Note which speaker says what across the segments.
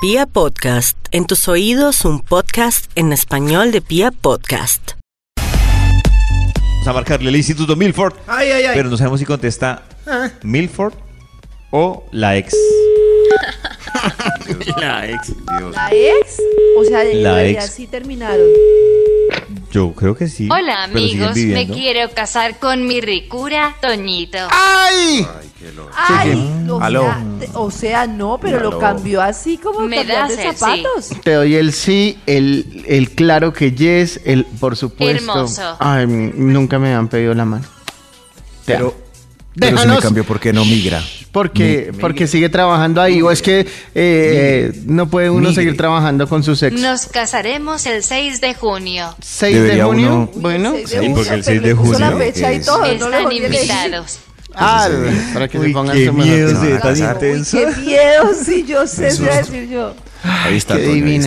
Speaker 1: Pia Podcast, en tus oídos un podcast en español de Pia Podcast.
Speaker 2: Vamos a marcarle el Instituto Milford,
Speaker 3: Ay, ay, ay.
Speaker 2: pero no sabemos si contesta
Speaker 3: Ah.
Speaker 2: Milford o la ex.
Speaker 3: La ex.
Speaker 4: ¿La ex? O sea, de
Speaker 2: La
Speaker 4: verdad
Speaker 2: ex.
Speaker 4: sí terminaron.
Speaker 2: Yo creo que sí.
Speaker 5: Hola
Speaker 2: pero siguen
Speaker 5: amigos, me
Speaker 2: viviendo.
Speaker 5: quiero casar con mi ricura, Toñito.
Speaker 3: ¡Ay!
Speaker 4: Ay, o,
Speaker 3: Mm, Aló.
Speaker 4: Sea, te- o sea, no, pero
Speaker 3: Aló.
Speaker 4: lo cambió así como
Speaker 5: Me
Speaker 4: cambiar
Speaker 5: das
Speaker 4: de
Speaker 5: el
Speaker 4: zapatos.
Speaker 6: Te doy el sí, el, el claro que yes, el por supuesto.
Speaker 5: Hermoso.
Speaker 6: Ay, m- nunca me han pedido la mano. Te
Speaker 3: Pero,
Speaker 6: amo.
Speaker 3: pero si me
Speaker 6: Déjanos,
Speaker 3: cambió, ¿por qué no migra?
Speaker 6: porque, porque sigue trabajando ahí. O es que eh, no puede uno
Speaker 3: Migre.
Speaker 6: seguir trabajando con su sexo.
Speaker 5: Nos casaremos el 6 de junio.
Speaker 6: 6 de
Speaker 3: Debería
Speaker 6: junio.
Speaker 3: uno-
Speaker 4: Uy,
Speaker 6: Bueno,
Speaker 4: el seis
Speaker 2: sí,
Speaker 4: junio,
Speaker 2: porque el
Speaker 4: pero
Speaker 2: seis de
Speaker 4: le puso
Speaker 2: junio
Speaker 4: la fecha y
Speaker 3: es-
Speaker 4: todo, Oh, no le
Speaker 5: Están
Speaker 4: volvió a decir.
Speaker 5: invitados.
Speaker 6: ah, para que
Speaker 2: Uy,
Speaker 6: se pongan
Speaker 2: qué
Speaker 6: su mejor
Speaker 2: miedo,
Speaker 6: trabajo.
Speaker 2: se ve
Speaker 3: Ah,
Speaker 2: tan
Speaker 3: claro.
Speaker 2: intenso.
Speaker 4: Qué miedo, sí, yo sé,
Speaker 3: Jesús.
Speaker 4: voy a decir yo.
Speaker 3: Ahí está,
Speaker 6: Qué
Speaker 3: Toño,
Speaker 6: divina.
Speaker 3: ahí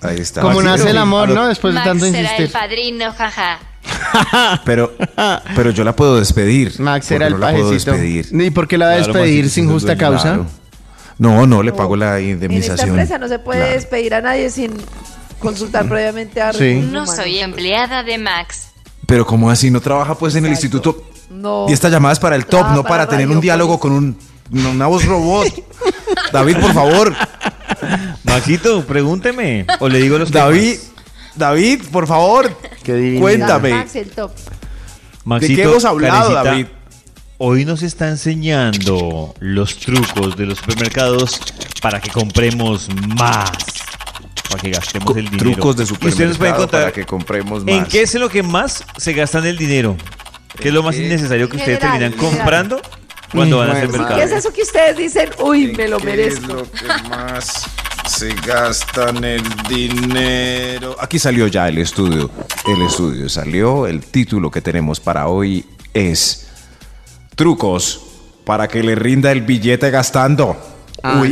Speaker 3: está. Ahí está.
Speaker 6: Como
Speaker 3: Así,
Speaker 6: nace
Speaker 3: pero-
Speaker 6: el amor,
Speaker 3: a lo-
Speaker 6: ¿no? Después de
Speaker 5: Max
Speaker 6: tanto
Speaker 5: será el
Speaker 6: insistir.
Speaker 5: padrino, jaja.
Speaker 3: Pero, pero yo la puedo despedir.
Speaker 6: Max
Speaker 3: porque
Speaker 6: era el
Speaker 3: no la puedo
Speaker 6: pajecito.
Speaker 3: despedir.
Speaker 6: ¿Y por qué la va a
Speaker 2: Claro,
Speaker 6: despedir
Speaker 3: Maxito,
Speaker 6: sin
Speaker 3: eso es
Speaker 6: justa
Speaker 3: dueño,
Speaker 6: causa?
Speaker 3: claro. No, no, le
Speaker 4: No.
Speaker 3: pago la
Speaker 4: Oh, En esta
Speaker 3: indemnización.
Speaker 4: empresa no se puede
Speaker 3: Claro. Mm.
Speaker 4: despedir a nadie sin consultar previamente a
Speaker 6: Sí.
Speaker 4: recursos
Speaker 5: No
Speaker 4: humanos.
Speaker 5: soy empleada de Max.
Speaker 3: Pero como así no trabaja pues en el instituto.
Speaker 4: No.
Speaker 3: Y esta llamada es para el top,
Speaker 4: Ah,
Speaker 3: no para
Speaker 4: para
Speaker 3: tener un
Speaker 4: Radio
Speaker 3: diálogo con un, una voz robot. David, por favor.
Speaker 2: Maxito, pregúnteme. O le digo los
Speaker 3: David,
Speaker 2: temas.
Speaker 3: David, por favor.
Speaker 6: Qué divinidad.
Speaker 3: Cuéntame.
Speaker 4: Max, el top.
Speaker 2: Maxito,
Speaker 3: qué hemos hablado,
Speaker 2: Karencita,
Speaker 3: David?
Speaker 2: Hoy nos está enseñando los trucos de los supermercados para que compremos más. Para que gastemos
Speaker 3: Co-
Speaker 2: el dinero.
Speaker 3: trucos de
Speaker 2: Y Ustedes nos pueden
Speaker 3: supermercado
Speaker 2: contar
Speaker 3: para que compremos
Speaker 2: ¿En
Speaker 3: más.
Speaker 2: qué es en lo que más se gastan el dinero? ¿Qué es lo más innecesario que ustedes
Speaker 4: General,
Speaker 2: terminan
Speaker 4: general.
Speaker 2: comprando cuando
Speaker 6: Mm,
Speaker 2: van a hacer
Speaker 6: bueno.
Speaker 4: Sí, ¿Qué es
Speaker 2: mercado?
Speaker 4: eso que ustedes dicen? Uy, me lo
Speaker 7: ¿Qué es
Speaker 4: merezco.
Speaker 7: lo que más se gastan el dinero?
Speaker 3: Aquí salió ya el estudio. El estudio salió. El título que tenemos para hoy es Trucos para que le rinda el billete gastando.
Speaker 6: Ah,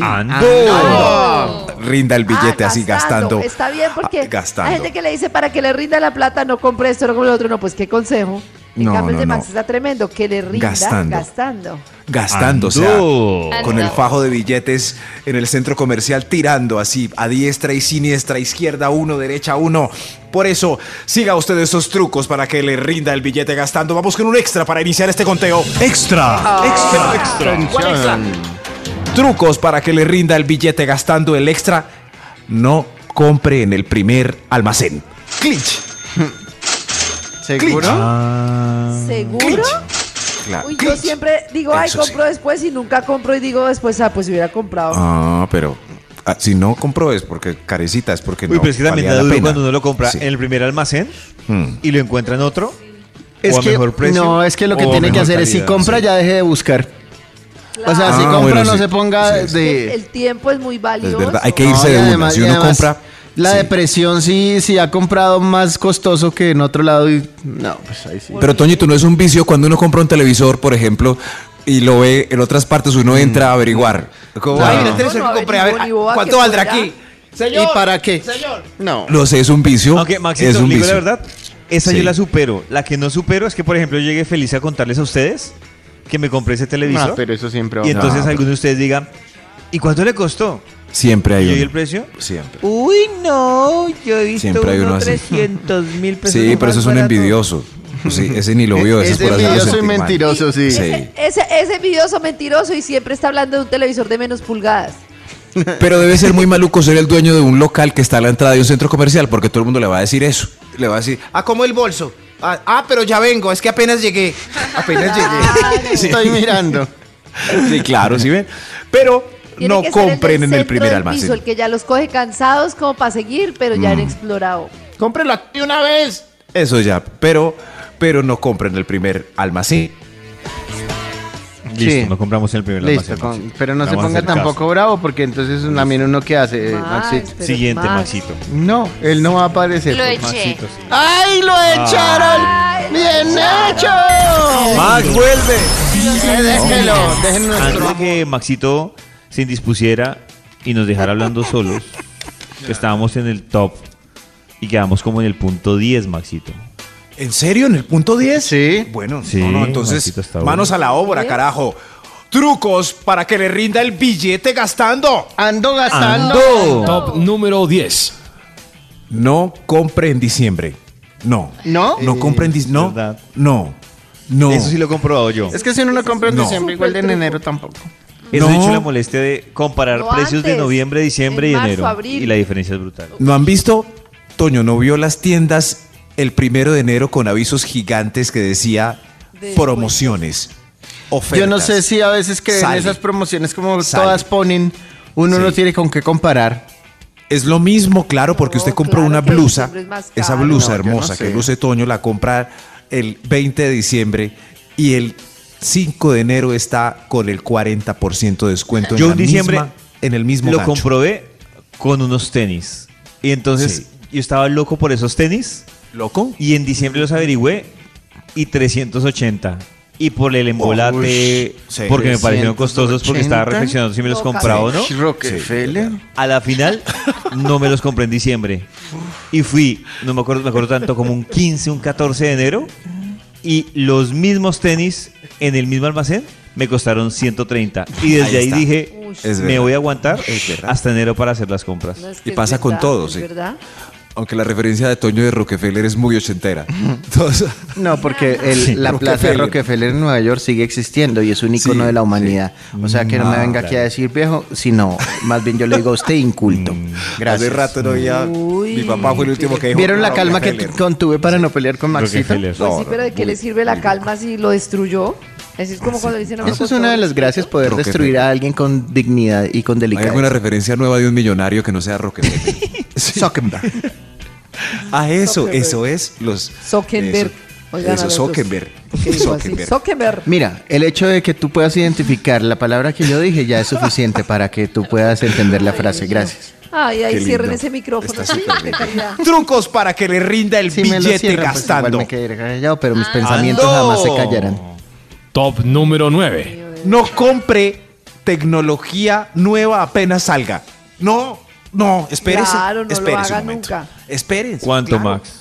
Speaker 3: Rinda el billete
Speaker 4: Ah,
Speaker 3: así gastando.
Speaker 4: Está bien porque
Speaker 3: Ah, Gastando.
Speaker 4: hay gente que le dice para que le rinda la plata, no compre esto, no compre lo otro. No, pues qué consejo. En
Speaker 3: No,
Speaker 4: cambio, el
Speaker 3: no,
Speaker 4: de
Speaker 3: no.
Speaker 4: Max está tremendo. Que le rinda
Speaker 3: Gastando.
Speaker 4: gastando.
Speaker 3: Gastando, o
Speaker 2: Ando.
Speaker 3: sea, con el
Speaker 5: Ando.
Speaker 3: fajo de billetes en el centro comercial tirando así a diestra y siniestra, izquierda uno, derecha uno. Por eso, siga usted esos trucos para que le rinda el billete gastando. Vamos con un extra para iniciar este conteo. Extra, extra, extra. Trucos para que le rinda el billete gastando el extra. No compre en el primer almacén. Clinch.
Speaker 6: ¿Seguro?
Speaker 3: Ah,
Speaker 2: Ah.
Speaker 4: ¿Seguro?
Speaker 3: Claro.
Speaker 4: Uy, yo siempre digo, ay,
Speaker 3: Ah, Eso sí.
Speaker 4: compro después y nunca compro. Y digo después, ah, pues si hubiera comprado.
Speaker 3: Ah, pero ah, si no compró es porque carecita, es porque
Speaker 2: Uy,
Speaker 3: no
Speaker 2: pero es que también da
Speaker 3: valía la
Speaker 2: duro
Speaker 3: pena.
Speaker 2: cuando uno lo compra
Speaker 3: Sí.
Speaker 2: en el primer almacén
Speaker 3: Hmm.
Speaker 2: y lo encuentra en otro.
Speaker 6: Es
Speaker 2: o a
Speaker 6: que,
Speaker 2: mejor precio.
Speaker 6: No, es que lo que
Speaker 2: o
Speaker 6: tiene que
Speaker 2: mejor
Speaker 6: hacer es si
Speaker 2: calidad,
Speaker 6: compra
Speaker 2: sí.
Speaker 6: ya deje de buscar. O sea,
Speaker 4: Claro.
Speaker 6: si
Speaker 3: Ah,
Speaker 6: compra
Speaker 3: bueno,
Speaker 6: no
Speaker 3: sí.
Speaker 6: se ponga
Speaker 3: Sí, sí.
Speaker 4: El,
Speaker 6: de...
Speaker 4: el tiempo es muy valioso.
Speaker 3: verdad, hay que
Speaker 6: No,
Speaker 3: irse
Speaker 6: y
Speaker 3: de una.
Speaker 6: además-
Speaker 3: Si
Speaker 6: y
Speaker 3: uno
Speaker 6: además,
Speaker 3: compra,
Speaker 6: La
Speaker 3: sí.
Speaker 6: depresión sí, sí ha comprado más costoso que en otro lado y... No, pues ahí sí.
Speaker 3: Pero Toñito, ¿no es un vicio cuando uno compra un televisor, por ejemplo, y lo ve en otras partes, uno entra a averiguar? Como,
Speaker 6: No.
Speaker 3: "Ay, mira, este el televisor
Speaker 4: No, no
Speaker 3: que compré, a ver,
Speaker 4: averiguó ni boba
Speaker 3: ¿cuánto
Speaker 4: que
Speaker 3: valdrá
Speaker 4: fuera".
Speaker 3: aquí?
Speaker 6: ¿Y para qué? No.
Speaker 3: No sé, es un vicio.
Speaker 2: Aunque, Maxito,
Speaker 3: es un
Speaker 2: le digo la
Speaker 3: vicio.
Speaker 2: verdad, esa
Speaker 3: Sí.
Speaker 2: yo la supero. La que no supero es que, por ejemplo, yo llegué feliz a contarles a ustedes que me compré ese televisor.
Speaker 6: Ah, pero eso siempre va.
Speaker 2: y entonces
Speaker 3: No, pero-
Speaker 2: alguno de ustedes diga, ¿y cuánto le costó?
Speaker 3: Siempre
Speaker 2: ¿Y
Speaker 3: hay
Speaker 2: yo di el
Speaker 3: uno.
Speaker 2: precio?
Speaker 3: Siempre.
Speaker 2: Uy, no, yo he visto
Speaker 3: Siempre hay uno así.
Speaker 2: 300 mil pesos.
Speaker 3: Sí, pero Pues eso es un envidioso. Pues Sí, ese ni lo vio, ese es
Speaker 6: es
Speaker 3: por hacerlo
Speaker 6: envidioso y
Speaker 3: sentir mal.
Speaker 6: mentiroso, sí.
Speaker 3: Sí.
Speaker 4: Ese, ese, ese envidioso mentiroso y siempre está hablando de un televisor de menos pulgadas.
Speaker 3: Pero debe ser muy maluco ser el dueño de un local que está a la entrada de un centro comercial, porque todo el mundo le va a decir eso. Le va a decir, ah, como el bolso. Ah, ah, pero ya vengo, es que apenas llegué. Apenas llegué. Sí,
Speaker 6: Estoy mirando.
Speaker 3: sí, claro, sí ven. Pero
Speaker 4: Tiene
Speaker 3: no
Speaker 4: que ser
Speaker 3: compren
Speaker 4: del
Speaker 3: en el
Speaker 4: centro
Speaker 3: primer
Speaker 4: del
Speaker 3: almacén. Mm.
Speaker 4: piso, el que ya los coge cansados como para seguir, pero ya han explorado.
Speaker 6: Cómprelo aquí una vez.
Speaker 3: Eso ya, pero, pero no compren en el primer almacén.
Speaker 2: Listo,
Speaker 6: Sí.
Speaker 2: no compramos en el primer
Speaker 6: Listo,
Speaker 2: almacén.
Speaker 6: con-
Speaker 2: Maxito.
Speaker 6: pero no se
Speaker 2: Vamos a
Speaker 6: ponga
Speaker 2: hacer
Speaker 6: tampoco bravo porque entonces también uno que hace, eh,
Speaker 4: Max,
Speaker 6: Maxito.
Speaker 4: pero
Speaker 2: Siguiente,
Speaker 4: Max.
Speaker 2: Maxito.
Speaker 6: No, él no va a aparecer.
Speaker 5: Lo
Speaker 6: por
Speaker 5: eché.
Speaker 6: más.
Speaker 2: Maxito, sí.
Speaker 6: ¡Ay, lo echaron! ¡Bien hecho!
Speaker 3: Max, vuelve.
Speaker 6: Déjenlo, déjenlo.
Speaker 2: Antes de que Maxito se indispusiera y nos dejara hablando solos, que estábamos en el top y quedamos como en el punto 10, Maxito.
Speaker 3: ¿En serio? ¿En el punto 10?
Speaker 6: Sí.
Speaker 3: Bueno,
Speaker 2: Sí,
Speaker 3: no, no,
Speaker 2: Maxito
Speaker 3: entonces,
Speaker 2: está bueno.
Speaker 3: manos a la obra,
Speaker 4: ¿Eh?
Speaker 3: carajo. trucos para que le rinda el billete gastando.
Speaker 6: Ando gastando.
Speaker 2: Ando.
Speaker 8: Top número 10.
Speaker 3: No compre en diciembre. No.
Speaker 6: ¿No?
Speaker 3: No compre en diciembre. No.
Speaker 2: verdad.
Speaker 3: No. No.
Speaker 2: Eso sí lo he comprobado yo.
Speaker 6: Es que si uno no compra en
Speaker 3: No.
Speaker 6: diciembre, igual de en enero tampoco.
Speaker 2: Eso
Speaker 3: No.
Speaker 2: he hecho la molestia de comparar
Speaker 4: No,
Speaker 2: precios de
Speaker 4: antes,
Speaker 2: noviembre, diciembre
Speaker 4: en
Speaker 2: y
Speaker 4: marzo,
Speaker 2: enero.
Speaker 4: abril.
Speaker 2: Y la diferencia es brutal.
Speaker 3: ¿No han visto? Toño, ¿no vio las tiendas el primero de enero con avisos gigantes que decía promociones? Ofertas.
Speaker 6: Yo no sé si a veces que en
Speaker 3: Sale.
Speaker 6: esas promociones como
Speaker 3: Sale.
Speaker 6: todas ponen, uno
Speaker 3: Sí.
Speaker 6: no tiene con qué comparar.
Speaker 3: Es lo mismo, claro, porque
Speaker 4: No,
Speaker 3: usted compró
Speaker 4: claro
Speaker 3: una
Speaker 4: que
Speaker 3: blusa,
Speaker 4: diciembre es más
Speaker 3: esa
Speaker 4: caro.
Speaker 3: blusa
Speaker 6: No, yo no
Speaker 3: hermosa que
Speaker 6: sé.
Speaker 3: luce Toño, la compra el 20 de diciembre y el 5 de enero está con el 40% de descuento
Speaker 2: Yo
Speaker 3: en,
Speaker 2: en
Speaker 3: la
Speaker 2: diciembre
Speaker 3: misma- en el mismo
Speaker 2: Lo
Speaker 3: gancho.
Speaker 2: comprobé con unos tenis. Y entonces
Speaker 3: Sí.
Speaker 2: yo estaba loco por esos tenis.
Speaker 3: ¿Loco?
Speaker 2: Y en diciembre los averigüé y 380. Y por el embolate,
Speaker 3: Ush, sí.
Speaker 2: porque me parecieron
Speaker 6: 380.
Speaker 2: costosos, porque estaba reflexionando si me los
Speaker 4: Loca.
Speaker 2: compraba o no.
Speaker 6: Rockefeller.
Speaker 2: A la final, no me los compré en diciembre. Y fui, no me acuerdo, me acuerdo tanto, como un 15, un 14 de enero. Y los mismos tenis en el mismo almacén me costaron 130. Y desde
Speaker 3: Ahí
Speaker 2: ahí,
Speaker 3: está.
Speaker 2: dije,
Speaker 4: Uy,
Speaker 3: Es
Speaker 2: me
Speaker 3: verdad.
Speaker 2: voy a aguantar
Speaker 3: Es verdad.
Speaker 2: hasta enero para hacer las compras.
Speaker 4: No, es
Speaker 3: Y
Speaker 4: que es
Speaker 3: pasa con
Speaker 4: verdad,
Speaker 3: todo,
Speaker 4: es
Speaker 3: sí.
Speaker 4: ¿Verdad?
Speaker 3: Aunque la referencia de Toño de Rockefeller es muy ochentera. Entonces,
Speaker 6: No, porque el-
Speaker 2: Sí,
Speaker 6: la plaza de
Speaker 3: Rockefeller.
Speaker 6: Rockefeller en Nueva York sigue existiendo y es un icono
Speaker 3: Sí,
Speaker 6: de la humanidad. O sea que no me
Speaker 2: Ah,
Speaker 6: venga aquí a
Speaker 2: claro.
Speaker 6: decir viejo, sino más bien yo le digo a usted inculto. Gracias.
Speaker 3: hace rato no había...
Speaker 4: Uy,
Speaker 3: mi papá fue el último que dijo...
Speaker 6: ¿Vieron la calma que
Speaker 3: Rockefeller.
Speaker 6: contuve para no pelear con Maxito?
Speaker 2: Rockefeller.
Speaker 4: Pues sí,
Speaker 3: No,
Speaker 4: pero ¿de qué
Speaker 3: muy-
Speaker 4: le sirve la calma si lo destruyó? Es decir, como cuando le dicen a uno
Speaker 6: Eso es
Speaker 4: con
Speaker 6: una
Speaker 4: todo
Speaker 6: de las gracias, poder
Speaker 3: Rockefeller.
Speaker 6: destruir a alguien con dignidad y con
Speaker 3: ¿Hay alguna
Speaker 6: delicadeza.
Speaker 3: referencia nueva de un millonario que no sea Rockefeller?
Speaker 6: Zuckerberg.
Speaker 3: Ah, eso,
Speaker 4: Zuckerberg.
Speaker 3: eso es los...
Speaker 4: Zuckerberg.
Speaker 3: eso-
Speaker 4: Oigan,
Speaker 3: Eso,
Speaker 4: a los dos.
Speaker 3: Zuckerberg.
Speaker 4: ¿Por qué digo así?
Speaker 3: Zuckerberg.
Speaker 4: Zuckerberg.
Speaker 6: Mira, el hecho de que tú puedas identificar la palabra que yo dije ya es suficiente para que tú puedas entender la frase. Gracias.
Speaker 4: Ay, ahí
Speaker 3: Qué
Speaker 4: cierren
Speaker 3: lindo.
Speaker 4: ese micrófono.
Speaker 3: Está
Speaker 4: sí, de
Speaker 3: súper bien.
Speaker 4: calidad.
Speaker 3: Trucos para que le rinda el
Speaker 6: Si me lo
Speaker 3: billete
Speaker 6: cierran, pues igual
Speaker 3: gastando.
Speaker 6: me quedaré callado, pero mis pensamientos
Speaker 2: ¡Ando!
Speaker 6: jamás se callarán.
Speaker 8: Top número 9.
Speaker 3: No compre tecnología nueva apenas salga. No, no, espérese.
Speaker 4: Claro, no lo
Speaker 3: espérese
Speaker 4: haga
Speaker 3: un momento.
Speaker 4: nunca.
Speaker 3: Espérese.
Speaker 2: ¿Cuánto,
Speaker 3: claro.
Speaker 2: Max?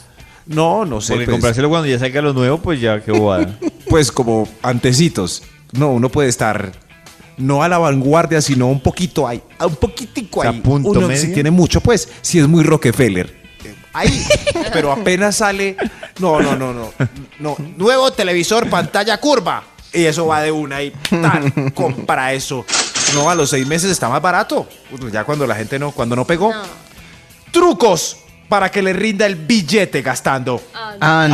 Speaker 3: No, no sé.
Speaker 2: Porque
Speaker 3: pues,
Speaker 2: comprárselo cuando ya salga lo nuevo, pues ya, qué bobada.
Speaker 3: pues como antecitos. No, uno puede estar no a la vanguardia, sino un poquito ahí, a un poquitico
Speaker 2: O sea,
Speaker 3: ahí.
Speaker 2: punto
Speaker 3: uno si
Speaker 2: medio.
Speaker 3: tiene mucho, pues, si es muy Rockefeller. eh, Ahí, pero apenas sale, no, no, no, no, no, nuevo televisor, pantalla curva, y eso va de una y tan, compra eso. No, a los seis meses está más barato, Pues ya cuando la gente no, cuando no pegó. Trucos para que le rinda el billete gastando.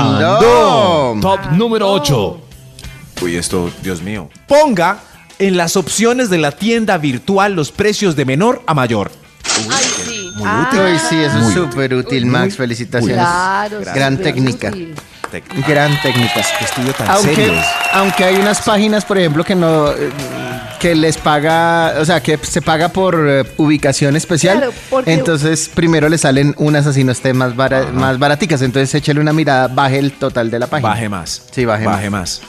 Speaker 6: ¡Ando!
Speaker 8: Top número 8.
Speaker 3: Uy, esto, Dios mío. Ponga en las opciones de la tienda virtual los precios de menor a mayor.
Speaker 5: Ay, sí.
Speaker 6: Uy, sí, eso es
Speaker 3: Muy
Speaker 6: súper útil, Max. Felicitaciones.
Speaker 4: Claro,
Speaker 6: Gran
Speaker 4: súper
Speaker 6: técnica.
Speaker 4: útil.
Speaker 6: Gran técnica.
Speaker 3: estudio tan serio.
Speaker 6: Aunque, aunque hay unas páginas, por ejemplo, que no eh, que les paga, o sea, que se paga por eh, ubicación especial.
Speaker 4: Claro, porque-
Speaker 6: Entonces, primero le salen unas así no estén más, bara- más baraticas. Entonces, échale una mirada, baje el total de la página.
Speaker 3: Baje más.
Speaker 6: Sí, baje
Speaker 3: más.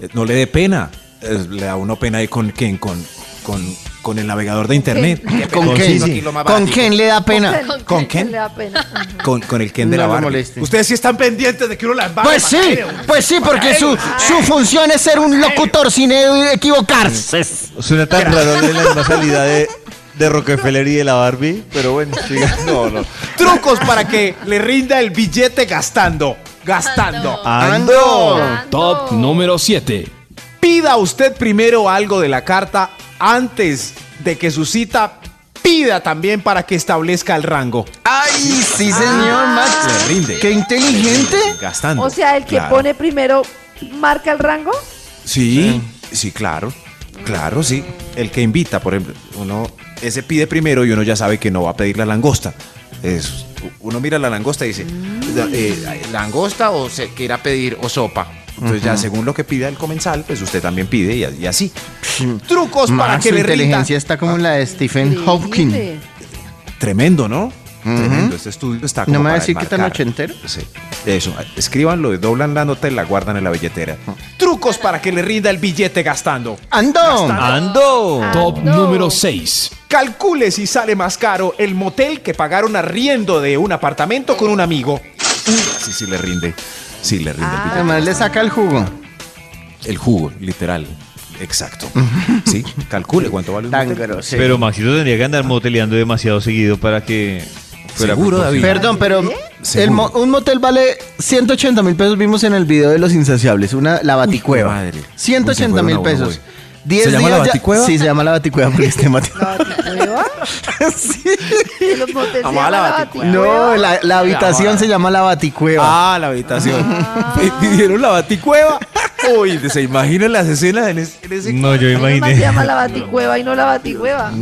Speaker 3: Eh, No le dé pena. Eh, Le da uno pena ahí con quién, con, con, con el navegador de internet.
Speaker 6: ¿Con
Speaker 3: quién?
Speaker 6: quién? ¿Con quién le da pena?
Speaker 4: Con-
Speaker 3: ¿Con
Speaker 4: que
Speaker 3: quién?
Speaker 4: Le da pena.
Speaker 3: Con, con el Ken de
Speaker 6: No
Speaker 3: la
Speaker 6: lo
Speaker 3: Barbie.
Speaker 6: moleste.
Speaker 3: Ustedes sí están pendientes de que uno las baje.
Speaker 6: Pues sí,
Speaker 3: bacterias.
Speaker 6: pues sí, porque su, su función es ser un locutor sin e- equivocarse.
Speaker 2: Suena tan raro de la misma salida de, de Rockefeller y de la Barbie, pero bueno, siga. No, no.
Speaker 3: Trucos para que le rinda el billete gastando. Gastando.
Speaker 2: Ah, ¡Ando!
Speaker 8: Top número 7.
Speaker 3: Pida usted primero algo de la carta antes de que su cita pida también para que establezca el rango.
Speaker 6: Ay, sí, señor, Max.
Speaker 3: Le rinde.
Speaker 6: Qué inteligente.
Speaker 3: Gastando.
Speaker 4: O sea, el que
Speaker 3: Claro.
Speaker 4: pone primero marca el rango.
Speaker 3: Sí, sí, claro. Claro, sí. El que invita, por ejemplo, uno ese pide primero y uno ya sabe que no va a pedir la langosta. Es- uno mira la langosta y dice, eh, langosta o se quiera pedir o sopa. Entonces ya según lo que pida el comensal, pues usted también pide y, y así. Trucos para
Speaker 6: Max,
Speaker 3: que
Speaker 6: su
Speaker 3: le rinda.
Speaker 6: inteligencia está como la de Stephen Hawking.
Speaker 4: Increíble.
Speaker 3: Tremendo, ¿no? Tremendo, este estudio está como
Speaker 6: me va a
Speaker 3: para
Speaker 6: decir que tan
Speaker 3: enmarcar.
Speaker 6: ochentero?
Speaker 3: Sí, eso, escríbanlo, doblan la nota y la guardan en la billetera. Trucos para que le rinda el billete gastando.
Speaker 6: ¡Ando!
Speaker 2: ¡Ando!
Speaker 8: Top número 6.
Speaker 3: Calcule si sale más caro el motel que pagar un arriendo de un apartamento con un amigo. Sí, sí
Speaker 6: Ah.
Speaker 3: le rinde. Sí le rinde el
Speaker 6: Además le saca el jugo.
Speaker 3: billete. El jugo, literal. Exacto. Sí, calcule cuánto vale un
Speaker 6: Tan
Speaker 3: hotel.
Speaker 6: grosero.
Speaker 2: Pero Maxito tendría que andar moteleando demasiado seguido para que fuera
Speaker 3: Seguro,
Speaker 2: proporcional.
Speaker 3: David.
Speaker 6: Perdón, pero
Speaker 3: Seguro.
Speaker 6: el mo- un motel vale 180 mil pesos. Vimos en el video de Los Insaciables, una, la Baticueva.
Speaker 3: Uy, madre.
Speaker 6: 180
Speaker 3: Uy, se
Speaker 6: mil
Speaker 3: fueron a uno,
Speaker 6: pesos.
Speaker 3: güey.
Speaker 6: 10
Speaker 3: ¿Se llama la
Speaker 6: días ya-
Speaker 3: Baticueva?
Speaker 6: Sí, se llama la Baticueva porque este Mateo.
Speaker 4: ¿Baticueva? sí. Los motes se
Speaker 3: Vamos
Speaker 4: llama
Speaker 3: a la
Speaker 4: la
Speaker 3: baticueva.
Speaker 6: No,
Speaker 4: baticueva.
Speaker 6: la, la habitación se llama la Baticueva.
Speaker 3: Ah, la habitación.
Speaker 6: Ah.
Speaker 3: Pidieron la baticueva. Uy, ¿se imaginan las escenas en Mm. ese, en ese-
Speaker 2: No, yo
Speaker 4: Menos mal Se
Speaker 2: imaginé.
Speaker 4: llama la baticueva y no la baticueva.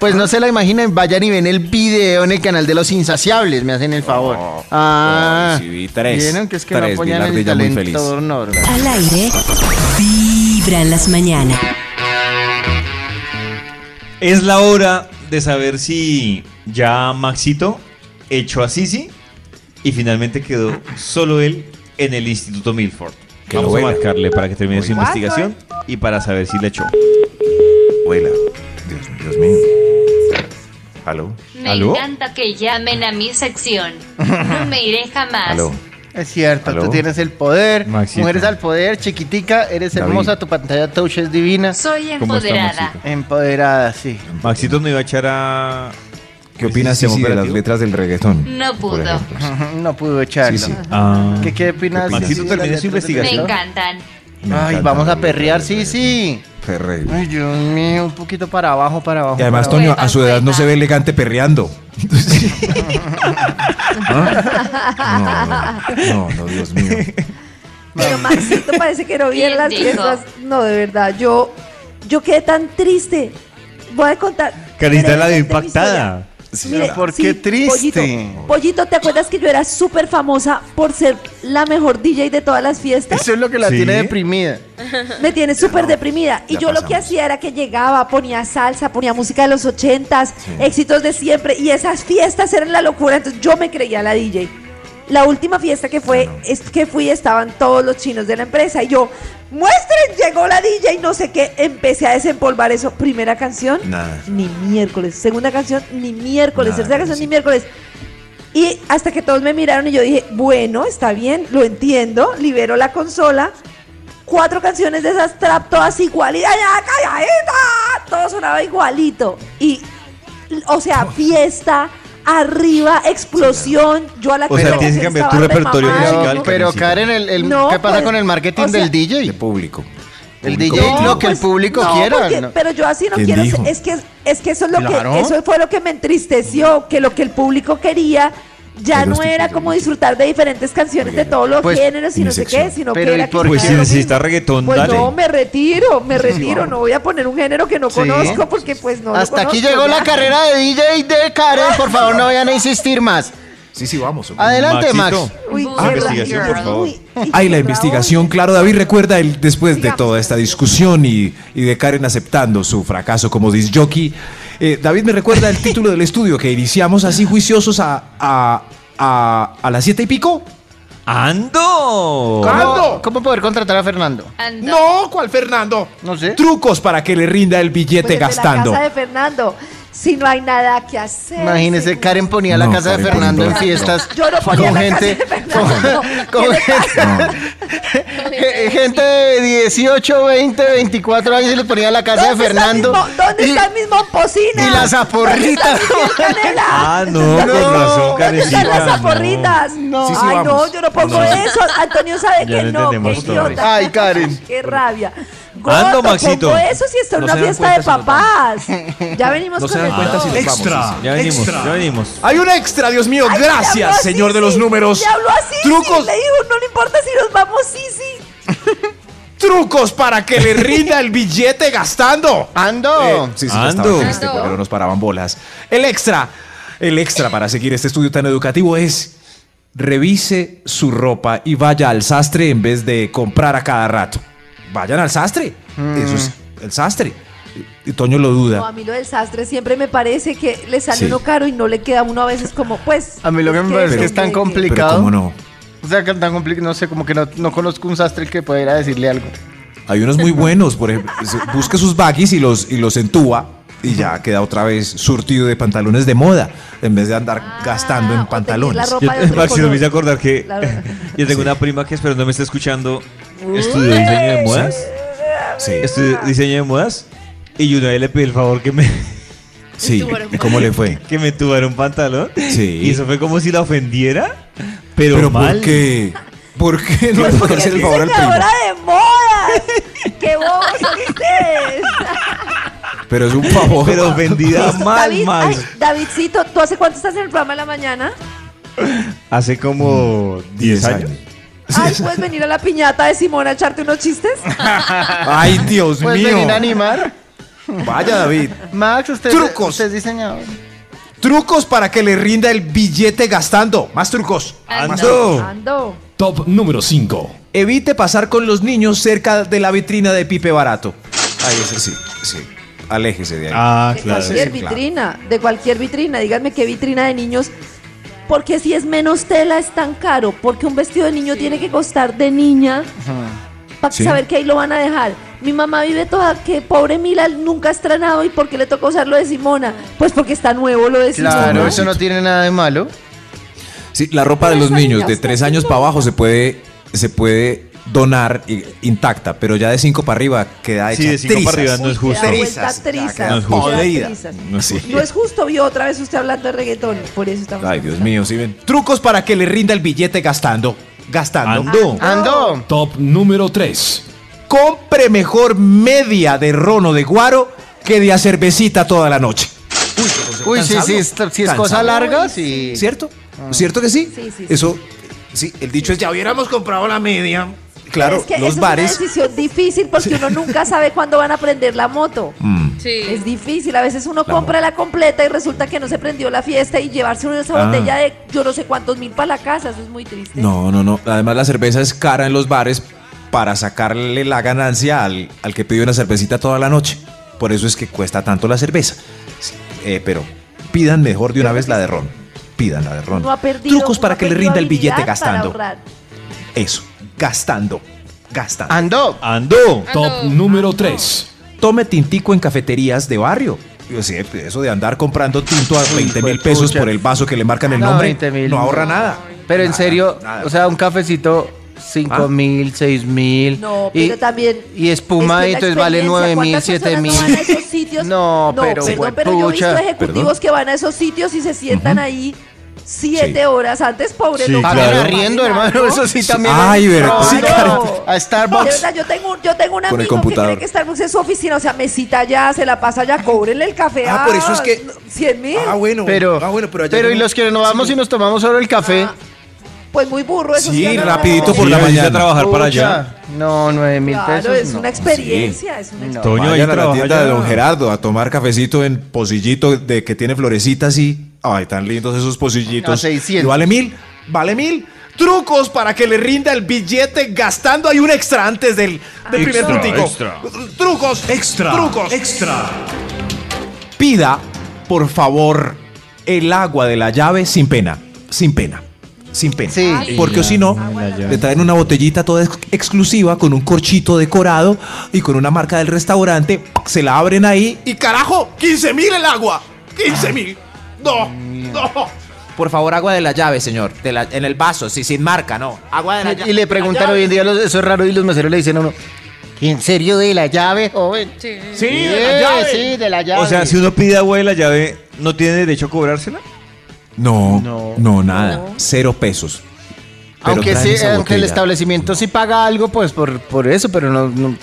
Speaker 6: Pues no se la imaginen, vayan y ven el video en el canal de Los Insaciables, me hacen el favor. ah,
Speaker 3: ay, sí, vi tres,
Speaker 6: ¿vieron que es que no
Speaker 3: tres,
Speaker 6: apoyan
Speaker 3: Pilar
Speaker 6: el
Speaker 3: Della muy
Speaker 6: talento no,
Speaker 3: feliz.
Speaker 6: no.
Speaker 1: Al aire, vibra en las mañanas.
Speaker 2: Es la hora de saber si ya Maxito echó a Sisi y finalmente quedó solo él en el Instituto Milford.
Speaker 3: Que
Speaker 2: Vamos
Speaker 3: lo
Speaker 2: a
Speaker 3: huela.
Speaker 2: marcarle para que termine su
Speaker 4: Huela.
Speaker 2: investigación y para saber si le echó.
Speaker 3: Vuela. Dios, Dios mío. ¿Aló?
Speaker 5: Me
Speaker 2: ¿Aló?
Speaker 5: encanta que llamen a mi sección. No me iré jamás.
Speaker 3: ¿Aló?
Speaker 6: Es cierto,
Speaker 3: ¿Aló?
Speaker 6: tú tienes el poder,
Speaker 2: Maxito.
Speaker 6: mujeres al poder, chiquitica, eres
Speaker 3: David.
Speaker 6: hermosa, tu pantalla touch es divina,
Speaker 5: Soy
Speaker 2: ¿Cómo está,
Speaker 5: empoderada.
Speaker 2: Maxito?
Speaker 6: empoderada, sí.
Speaker 2: Maxito no iba a echar a...
Speaker 3: ¿Qué opinas
Speaker 2: ¿Sistema
Speaker 3: Sisi, de las
Speaker 2: operativo?
Speaker 3: letras del reggaetón?
Speaker 5: No
Speaker 3: Por
Speaker 5: pudo.
Speaker 3: ejemplo.
Speaker 6: No pudo echarlo.
Speaker 3: Sí, sí.
Speaker 2: Ah.
Speaker 6: ¿Qué, qué opinas?
Speaker 3: Maxito,
Speaker 6: Sisi, de
Speaker 2: termina
Speaker 6: las
Speaker 2: su
Speaker 6: letras de
Speaker 5: Me
Speaker 2: investigación.
Speaker 6: reggaetón?
Speaker 5: encantan.
Speaker 3: Me
Speaker 6: Ay,
Speaker 3: encanta
Speaker 6: vamos a
Speaker 3: la
Speaker 6: perrear,
Speaker 3: letra
Speaker 6: sí,
Speaker 3: del
Speaker 6: sí.
Speaker 3: Perreo.
Speaker 6: Ay, Dios mío, un poquito para abajo, para abajo.
Speaker 3: Y además,
Speaker 6: para
Speaker 3: Toño,
Speaker 5: Cueva,
Speaker 3: a su edad no
Speaker 5: cueva.
Speaker 3: se ve elegante perreando. ¿Ah? No, no, no, Dios mío.
Speaker 4: Pero Maxito parece que no vi en
Speaker 5: ¿Quién
Speaker 4: las
Speaker 5: dijo?
Speaker 4: fiestas. No, de verdad, yo, yo quedé tan triste. Voy a contar.
Speaker 2: Carita la vio
Speaker 4: brevemente mi historia.
Speaker 2: impactada.
Speaker 4: Mire,
Speaker 6: ¿Por qué triste?
Speaker 4: Pollito, Pollito, ¿te acuerdas que yo era súper famosa por ser la mejor DJ de todas las
Speaker 6: abajo.
Speaker 4: fiestas?
Speaker 6: Eso es lo que la
Speaker 2: Sí.
Speaker 6: tiene deprimida.
Speaker 4: Me tiene súper deprimida. Y
Speaker 3: ya
Speaker 4: yo lo que
Speaker 3: pasamos.
Speaker 4: hacía era que llegaba, ponía salsa, ponía música de los ochentas, éxitos de siempre. Y esas fiestas eran la locura. Entonces yo me creía la DJ. La última fiesta que fue, es que fui, estaban todos los chinos de la empresa. Y yo, muestren, llegó la DJ y no sé qué. Empecé a desempolvar eso. Primera canción,
Speaker 3: Nada.
Speaker 4: ni miércoles. Segunda canción, ni miércoles.
Speaker 3: Nada,
Speaker 4: Tercera canción,
Speaker 3: sí.
Speaker 4: ni miércoles. Y hasta que todos me miraron y yo dije, bueno, está bien, lo entiendo, libero la consola. Cuatro canciones de esas trap, todas igualitas, ¡ya, calladita! Todo sonaba igualito. Y, o sea, fiesta, arriba, explosión. Yo a la
Speaker 2: O sea,
Speaker 4: quinta
Speaker 2: tienes que cambiar
Speaker 4: canción estaba
Speaker 2: tu repertorio
Speaker 4: remamada,
Speaker 2: musical,
Speaker 4: ¿no?
Speaker 6: Pero, pero
Speaker 2: Karencita.
Speaker 6: Karen, el, el-
Speaker 4: No,
Speaker 6: ¿qué pasa
Speaker 4: pues,
Speaker 6: con el marketing
Speaker 4: o sea-
Speaker 6: del
Speaker 3: De
Speaker 6: DJ?
Speaker 3: público.
Speaker 6: El
Speaker 3: Público.
Speaker 6: DJ lo que el público
Speaker 4: no,
Speaker 6: quiera.
Speaker 4: porque-
Speaker 6: ¿no?
Speaker 4: Pero yo así no
Speaker 3: ¿Quién
Speaker 4: quiero.
Speaker 3: dijo?
Speaker 4: ser- Es que, es que eso, es lo
Speaker 6: Claro.
Speaker 4: que eso fue lo que me entristeció, que lo que el público quería ya
Speaker 3: Pero
Speaker 4: no
Speaker 3: estoy
Speaker 4: era
Speaker 3: yo
Speaker 4: como
Speaker 3: bien.
Speaker 4: disfrutar de diferentes canciones
Speaker 3: Oiga,
Speaker 4: de todos los
Speaker 6: pues,
Speaker 4: géneros y no sé
Speaker 3: intersección.
Speaker 4: qué, sino
Speaker 6: Pero
Speaker 4: que
Speaker 6: ¿y
Speaker 4: era
Speaker 6: por
Speaker 4: que
Speaker 2: Pues si
Speaker 4: escuchara lo
Speaker 2: necesita
Speaker 4: mismo.
Speaker 2: reggaetón,
Speaker 4: Pues
Speaker 2: dale.
Speaker 4: no, me retiro, me
Speaker 6: Sí, sí,
Speaker 4: retiro,
Speaker 6: vamos.
Speaker 4: no voy a poner un género que no
Speaker 6: Sí.
Speaker 4: conozco porque pues no lo
Speaker 6: Hasta aquí
Speaker 4: conozco,
Speaker 6: llegó
Speaker 4: ya.
Speaker 6: la carrera de DJ de Karen. Por favor, no vayan a insistir más.
Speaker 3: Sí, sí, vamos. hombre.
Speaker 6: Adelante,
Speaker 2: Maxito.
Speaker 6: Max.
Speaker 4: Uy,
Speaker 5: Ah,
Speaker 4: qué
Speaker 5: investigación,
Speaker 4: rabia.
Speaker 5: por favor.
Speaker 4: Uy, y
Speaker 3: Ay,
Speaker 4: qué
Speaker 3: la
Speaker 4: rabia.
Speaker 3: investigación, claro, David, recuerda el, después de
Speaker 4: Sigamos.
Speaker 3: toda esta discusión y, y de Karen aceptando su fracaso como disc jockey, eh, David me recuerda el título del estudio que iniciamos así juiciosos a, a, a- a las siete y pico.
Speaker 2: ¡Ando!
Speaker 6: ¿Cómo,
Speaker 3: Fernando.
Speaker 6: ¿Cómo poder contratar a Fernando?
Speaker 5: Ando.
Speaker 3: No, ¿cuál Fernando?
Speaker 6: No sé.
Speaker 3: Trucos para que le rinda el billete
Speaker 4: Pues desde
Speaker 3: gastando.
Speaker 4: La casa de Fernando. Si no hay nada que hacer.
Speaker 6: Imagínese,
Speaker 4: si-
Speaker 6: Karen ponía la
Speaker 3: No,
Speaker 6: casa de
Speaker 3: Karen
Speaker 6: Fernando en
Speaker 3: ponía-
Speaker 6: fiestas.
Speaker 4: Yo no ponía la casa de Fernando.
Speaker 6: con-
Speaker 4: ¿Qué le
Speaker 6: con- ge- gente de 18, 20, 24 años y le ponía la casa de
Speaker 4: ¿Dónde está el
Speaker 6: Fernando.
Speaker 4: mismo- ¿Dónde
Speaker 6: y,
Speaker 4: está el mismo Pocina?
Speaker 6: y las aporritas.
Speaker 2: Ah, no, con razón,
Speaker 4: ¿Dónde
Speaker 2: Karencita.
Speaker 4: están las aporritas?
Speaker 6: No.
Speaker 3: Sí, sí,
Speaker 4: Ay,
Speaker 3: vamos.
Speaker 4: no, yo no pongo eso. Antonio sabe
Speaker 2: Ya
Speaker 4: que
Speaker 2: lo
Speaker 4: no. Qué
Speaker 2: entendemos todo.
Speaker 4: idiota.
Speaker 6: Ay, Karen.
Speaker 4: Qué rabia.
Speaker 2: Ando,
Speaker 4: Gordo,
Speaker 2: Maxito.
Speaker 4: Pongo eso si está en una
Speaker 3: No se dan
Speaker 4: fiesta de
Speaker 3: cuenta
Speaker 4: papás. Ya venimos
Speaker 3: No se
Speaker 4: con
Speaker 3: dan
Speaker 4: el
Speaker 3: cuenta si
Speaker 4: todo.
Speaker 3: nos vamos, sí, sí.
Speaker 2: Ya venimos, ya venimos.
Speaker 3: Hay un extra, Dios mío.
Speaker 4: Ay, le habló
Speaker 3: Gracias,
Speaker 4: a
Speaker 3: señor de los
Speaker 4: Sisi,
Speaker 3: números.
Speaker 4: Le habló así.
Speaker 3: Trucos,
Speaker 4: Le dijo, no le importa si nos vamos, sí, sí.
Speaker 3: trucos para que le rinda el billete gastando.
Speaker 6: Ando.
Speaker 3: Eh, sí, sí, ya
Speaker 2: Ando.
Speaker 3: estaba triste,
Speaker 5: Ando.
Speaker 3: pero nos paraban bolas. El extra, el extra para seguir este estudio tan educativo es revise su ropa y vaya al sastre en vez de comprar a cada rato. Vayan al sastre. Eso es el sastre. Y Toño lo
Speaker 4: No, a
Speaker 3: duda.
Speaker 4: mí lo del sastre siempre me parece que le sale
Speaker 3: Sí.
Speaker 4: uno caro y no le queda a uno a veces como, pues.
Speaker 6: A mí lo que me parece es que es tan
Speaker 4: depende de-
Speaker 3: Pero
Speaker 6: complicado.
Speaker 3: cómo no.
Speaker 6: O sea, que tan complicado, no sé, como que no, no conozco un sastre que pueda ir a decirle algo.
Speaker 3: Hay unos muy buenos, por ejemplo, se- busca sus baggies y los, y los entúa y ya queda otra vez surtido de pantalones de moda en vez de andar
Speaker 4: Ah, o
Speaker 3: gastando en
Speaker 4: tener la
Speaker 3: pantalones.
Speaker 4: ropa de otro
Speaker 2: Maxito,
Speaker 4: color.
Speaker 2: me hice acordar que
Speaker 4: Claro.
Speaker 2: yo tengo una prima que espero no me está escuchando estudió diseño de modas
Speaker 8: Sí.
Speaker 2: Estudié diseño de modas y yo una vez le pedí el favor que me,
Speaker 8: Sí,
Speaker 3: Estuvo
Speaker 8: ¿y cómo le fue?
Speaker 2: que me tubara un pantalón.
Speaker 8: Sí.
Speaker 2: Y eso fue como si la ofendiera, pero,
Speaker 8: Pero
Speaker 2: mal.
Speaker 8: ¿por qué? ¿Por qué no le puedo hacer el favor al primo?
Speaker 4: diseñadora de modas! ¡Qué bobos son ustedes!
Speaker 8: Pero es un favor.
Speaker 2: Pero ofendida
Speaker 4: Listo,
Speaker 2: mal,
Speaker 4: David,
Speaker 2: mal.
Speaker 4: ay, Davidcito, ¿tú hace cuánto estás en el programa de la mañana?
Speaker 2: Hace como 10 Mm. años.
Speaker 4: Ay, ¿puedes venir a la piñata de Simón a echarte unos chistes?
Speaker 8: Ay, Dios
Speaker 6: ¿Puedes venir a
Speaker 8: mío.
Speaker 6: animar?
Speaker 8: Vaya, David.
Speaker 6: Max, usted,
Speaker 8: Trucos.
Speaker 6: usted es diseñador.
Speaker 8: Trucos para que le rinda el billete gastando. Más trucos.
Speaker 2: ¡Ando!
Speaker 4: Ando.
Speaker 5: Top número 5.
Speaker 8: Evite pasar con los niños cerca de la vitrina de Pipe Barato.
Speaker 9: Ahí ese sí, sí.
Speaker 8: Aléjese de ahí.
Speaker 2: Ah,
Speaker 4: De
Speaker 2: claro.
Speaker 4: cualquier
Speaker 8: Sí, claro.
Speaker 4: vitrina, de cualquier vitrina. Díganme qué vitrina de niños. Porque si es menos tela es tan caro. Porque un vestido de niño tiene que costar de niña para
Speaker 8: Sí.
Speaker 4: saber que ahí lo van a dejar. Mi mamá vive toda que pobre Mila nunca ha estrenado y ¿por qué le tocó usar lo de Simona? Pues porque está nuevo lo de Simona.
Speaker 6: Claro, eso no tiene nada de malo.
Speaker 8: Sí, la ropa de
Speaker 4: Tres
Speaker 8: los niños de
Speaker 4: años,
Speaker 8: tres
Speaker 4: ¿no?
Speaker 8: años para abajo se puede, se puede donar i- intacta, pero ya de cinco para arriba queda hecha
Speaker 2: Sí, de cinco para
Speaker 8: trizas.
Speaker 2: arriba no es
Speaker 4: Uy,
Speaker 2: justo.
Speaker 4: queda vuelta
Speaker 8: Trizas, ya
Speaker 4: trizas,
Speaker 8: queda
Speaker 2: No es justo.
Speaker 4: podrida.
Speaker 8: podrida. No, sí.
Speaker 4: No es justo, vio otra vez usted hablando de reggaetón. Por eso estamos
Speaker 8: Ay, Dios
Speaker 4: hablando.
Speaker 8: mío, sí ven. Trucos para que le rinda el billete gastando. Gastando.
Speaker 2: Ando.
Speaker 6: Ando.
Speaker 5: Top número 3.
Speaker 8: Compre mejor media de rono de guaro que de a cervecita toda la noche.
Speaker 6: Uy, sí,
Speaker 8: sabio,
Speaker 6: sí, es- si es
Speaker 8: tan
Speaker 6: cosa
Speaker 8: sabio.
Speaker 6: larga, Ah. sí.
Speaker 8: ¿Cierto? ¿Cierto que sí?
Speaker 4: Sí, sí, sí.
Speaker 8: Eso, sí, el dicho es ya hubiéramos comprado la media. Claro,
Speaker 4: Es que
Speaker 8: los
Speaker 4: esa
Speaker 8: bares.
Speaker 4: Es una decisión difícil porque uno nunca sabe cuándo van a prender la moto.
Speaker 8: Mm.
Speaker 3: Sí.
Speaker 4: Es difícil, a veces uno compra la completa y resulta que no se prendió la fiesta y llevarse una esa
Speaker 8: Ah.
Speaker 4: botella de yo no sé cuántos mil para la casa, eso es muy triste.
Speaker 8: No, no, no. Además, la cerveza es cara en los bares para sacarle la ganancia al, al que pidió una cervecita toda la noche. Por eso es que cuesta tanto la cerveza. Sí, eh, pero pidan mejor de una vez la de ron. Pidan la de ron.
Speaker 4: Uno ha perdido
Speaker 8: Trucos
Speaker 4: uno
Speaker 8: para
Speaker 4: ha
Speaker 8: que le
Speaker 4: perdido
Speaker 8: rinda el billete
Speaker 4: habilidad para
Speaker 8: gastando.
Speaker 4: ahorrar.
Speaker 8: Eso, gastando. Gastando.
Speaker 6: Ando.
Speaker 8: Ah,
Speaker 2: ¡Ando!
Speaker 5: Top número 3.
Speaker 8: Tome tintico en cafeterías de barrio. Yo sé, eso de andar comprando tinto a 20 mil pesos por el vaso que le marcan el
Speaker 6: Ah, No,
Speaker 8: nombre,
Speaker 6: 20.000,
Speaker 8: no ahorra
Speaker 6: no.
Speaker 8: nada.
Speaker 6: Pero en
Speaker 8: Nada,
Speaker 6: serio,
Speaker 8: nada.
Speaker 6: o sea, un cafecito, 5
Speaker 8: Ah.
Speaker 6: mil, 6 mil.
Speaker 4: No,
Speaker 6: y-
Speaker 4: pero también.
Speaker 6: Y espuma,
Speaker 4: es que la
Speaker 6: entonces vale
Speaker 4: experiencia,
Speaker 6: 9 mil,
Speaker 4: ¿cuántas
Speaker 6: 7
Speaker 4: personas
Speaker 6: mil.
Speaker 4: no van a esos sitios?
Speaker 6: No, pero,
Speaker 4: perdón,
Speaker 6: güey,
Speaker 4: pero yo he visto
Speaker 6: pucha.
Speaker 4: ejecutivos
Speaker 8: Perdón.
Speaker 4: que van a esos sitios y se sientan ahí siete
Speaker 8: Sí.
Speaker 4: horas antes, pobre
Speaker 2: Sí,
Speaker 4: no
Speaker 2: claro.
Speaker 6: Pagan
Speaker 4: pagan
Speaker 6: arriendo,
Speaker 4: nada,
Speaker 6: hermano,
Speaker 4: ¿no?
Speaker 6: eso sí también.
Speaker 8: Ay, ¿verdad?
Speaker 6: Claro.
Speaker 8: Sí,
Speaker 4: claro.
Speaker 6: A
Speaker 4: De
Speaker 6: Starbucks.
Speaker 4: verdad, yo tengo, un- yo tengo un
Speaker 8: Con el
Speaker 4: amigo que cree
Speaker 8: computador.
Speaker 4: que Starbucks es su oficina, o sea, mesita ya, se la pasa ya, cóbrenle el café.
Speaker 8: Ah, por eso es que-
Speaker 4: 100 mil.
Speaker 8: Ah, bueno.
Speaker 6: Pero,
Speaker 8: ah, bueno, pero allá
Speaker 6: pero
Speaker 8: no-
Speaker 6: y los que nos vamos y nos tomamos solo el café.
Speaker 4: Pues muy burro eso.
Speaker 8: Sí,
Speaker 4: ya no-
Speaker 8: rapidito
Speaker 2: Por
Speaker 8: Sí,
Speaker 2: la
Speaker 8: ahí
Speaker 2: mañana
Speaker 8: sí
Speaker 2: a
Speaker 8: a
Speaker 2: trabajar para allá.
Speaker 6: Pucha, No, 9 mil
Speaker 4: Claro,
Speaker 6: pesos.
Speaker 4: es
Speaker 6: no.
Speaker 4: una experiencia, es
Speaker 6: No.
Speaker 4: una experiencia.
Speaker 2: Toño, ahí
Speaker 8: Vayan a la
Speaker 2: trabaja
Speaker 8: tienda
Speaker 2: ya.
Speaker 8: de Don Gerardo a tomar cafecito en pocillito de que tiene florecitas y. Ay, tan lindos esos pocillitos.
Speaker 6: A 600.
Speaker 8: ¿Y vale mil? ¿Vale mil? Trucos para que le rinda el billete gastando hay un extra antes del, del primer
Speaker 2: Extra,
Speaker 8: trutico.
Speaker 2: extra.
Speaker 8: Trucos. Extra. Trucos. Extra. Pida, por favor, el agua de la llave sin pena. Sin pena. Sin pena.
Speaker 6: Sí.
Speaker 8: Porque si no, le traen una botellita toda ex- exclusiva con un corchito decorado y con una marca del restaurante. Se la abren ahí y carajo, 15 mil el agua. 15 mil. No, no. Por favor, agua de la llave, señor. De la- en el vaso, sí, sin marca, no. Agua de la llave.
Speaker 6: Y le preguntan hoy en día, los- eso es raro, y los meseros le dicen a uno, ¿en serio de la llave, joven?
Speaker 3: Sí.
Speaker 8: Sí,
Speaker 6: Sí,
Speaker 8: de la llave.
Speaker 6: sí, de la llave.
Speaker 2: O sea, si uno pide agua de la llave, ¿no tiene derecho a cobrársela?
Speaker 8: No,
Speaker 6: No.
Speaker 8: no, nada. Cero pesos. Pero
Speaker 6: aunque,
Speaker 8: traen
Speaker 6: sí,
Speaker 8: esa
Speaker 6: aunque el
Speaker 8: botella.
Speaker 6: establecimiento sí paga algo, pues por, por eso, pero no, no-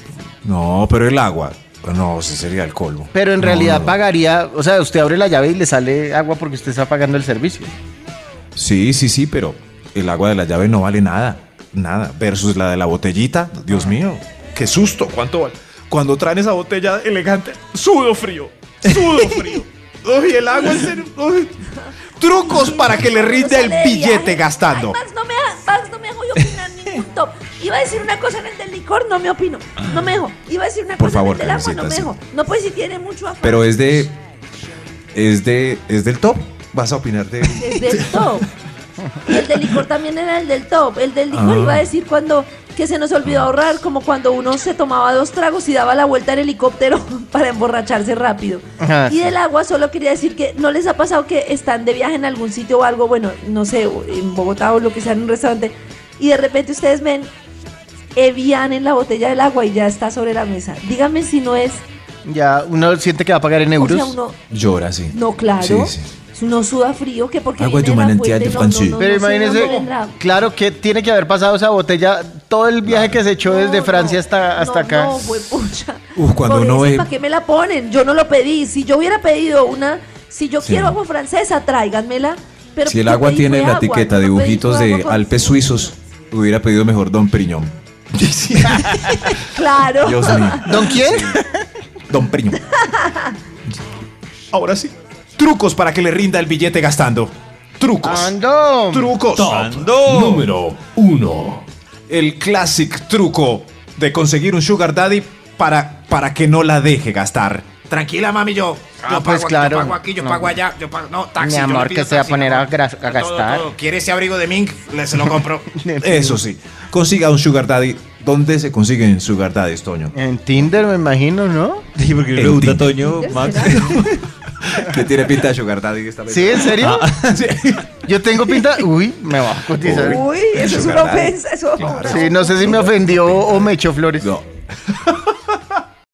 Speaker 8: No, pero el agua. No, sí sería el colmo.
Speaker 6: pero en
Speaker 8: No,
Speaker 6: realidad
Speaker 8: no.
Speaker 6: pagaría, o sea, usted abre la llave y le sale agua porque usted está pagando el servicio.
Speaker 8: Sí, sí, sí, pero el agua de la llave no vale nada. Nada. Versus la de la botellita. Dios mío. Qué susto. ¿Cuánto vale? Cuando traen esa botella elegante, sudo frío. Sudo frío. Uy, el agua en serio. uy. Trucos para que le rinda
Speaker 4: Sale
Speaker 8: el
Speaker 4: de viaje.
Speaker 8: billete gastando.
Speaker 4: Ay, Max, no me, ha- Max, no me dejó yo opinar ningún top. Iba a decir una cosa en el del licor, no me opino. No me dejó. Iba a decir una
Speaker 8: Por
Speaker 4: cosa
Speaker 8: favor,
Speaker 4: en el del agua, no me
Speaker 8: Karencita,
Speaker 4: dejó. No, pues si tiene mucho afán.
Speaker 8: Pero es de. Es de. Es del top. Vas a opinar de.
Speaker 4: Es del top. Y el del licor también era el del top. El del licor
Speaker 8: Ah.
Speaker 4: iba a decir cuando que se nos olvidó
Speaker 6: Ah.
Speaker 4: ahorrar, como cuando uno se tomaba dos tragos y daba la vuelta en helicóptero para emborracharse rápido.
Speaker 6: Ajá,
Speaker 4: y
Speaker 6: sí.
Speaker 4: del agua solo quería decir que no les ha pasado que están de viaje en algún sitio o algo, bueno, no sé, o en Bogotá o lo que sea, en un restaurante, y de repente ustedes ven Evian en la botella del agua y ya está sobre la mesa. Dígame si no es.
Speaker 6: Ya uno siente que va a pagar en
Speaker 4: o
Speaker 6: euros.
Speaker 4: sea, uno-
Speaker 8: Llora, sí.
Speaker 4: no, claro.
Speaker 8: Sí,
Speaker 4: Uno suda frío que porque.
Speaker 8: Agua
Speaker 4: viene
Speaker 8: de
Speaker 4: la
Speaker 8: manantial
Speaker 4: fuente,
Speaker 8: de
Speaker 4: no,
Speaker 8: Francia.
Speaker 4: no, no,
Speaker 6: Pero
Speaker 4: no sé
Speaker 6: imagínese,
Speaker 4: dónde vendrá.
Speaker 6: claro que tiene que haber pasado esa botella, todo el viaje que se echó desde
Speaker 4: No,
Speaker 6: Francia
Speaker 4: no,
Speaker 6: hasta, hasta
Speaker 4: no,
Speaker 6: acá.
Speaker 4: No, huepucha.
Speaker 8: Uf, Uh, cuando
Speaker 4: Porque
Speaker 8: uno
Speaker 4: dicen,
Speaker 8: ve-
Speaker 4: ¿Para qué me la ponen? Yo no lo pedí. Si yo hubiera pedido una, si yo quiero agua francesa, tráiganmela. Pero
Speaker 8: Si el
Speaker 4: yo
Speaker 8: agua
Speaker 4: pedí
Speaker 8: tiene
Speaker 4: fue
Speaker 8: en la
Speaker 4: agua,
Speaker 8: etiqueta
Speaker 4: yo no pedí
Speaker 8: dibujitos
Speaker 4: fue
Speaker 8: de
Speaker 4: agua con-
Speaker 8: Alpes suizos, hubiera pedido mejor Don Priñón.
Speaker 4: Claro.
Speaker 8: Dios mío.
Speaker 6: ¿Don quién?
Speaker 8: Don Priñón. Ahora sí. Trucos para que le rinda el billete gastando. Trucos.
Speaker 6: Ando.
Speaker 8: Trucos.
Speaker 2: Ando.
Speaker 10: Número 1.
Speaker 8: El classic truco de conseguir un sugar daddy para, para que no la deje gastar. Tranquila, mami, yo.
Speaker 6: Ah, pues
Speaker 8: aquí,
Speaker 6: claro. No.
Speaker 8: allá, yo pago. No,
Speaker 6: Mi
Speaker 8: yo le
Speaker 6: amor,
Speaker 8: pido
Speaker 6: que se va a
Speaker 8: taxi,
Speaker 6: poner
Speaker 8: no.
Speaker 6: a gra- a
Speaker 8: Todo,
Speaker 6: gastar.
Speaker 8: todo. ¿Quiere ese abrigo de mink? Le se lo compro. Eso sí. Consiga un sugar daddy. ¿Dónde se consiguen sugar daddies, Toño?
Speaker 6: En Tinder, me imagino, ¿no?
Speaker 2: Sí, porque le
Speaker 8: El
Speaker 2: pregunta a
Speaker 8: Tinder.
Speaker 2: Toño, Max.
Speaker 8: Que tiene pinta de sugar daddy esta vez.
Speaker 6: ¿Sí? ¿En serio?
Speaker 8: ah.
Speaker 6: Yo tengo pinta. Uy, me va a cotizar.
Speaker 4: Uy, eso es
Speaker 8: Sugar
Speaker 4: una
Speaker 8: daddy.
Speaker 4: ofensa. Eso.
Speaker 8: Claro.
Speaker 6: Sí, no sé si me ofendió o me echó flores.
Speaker 8: No,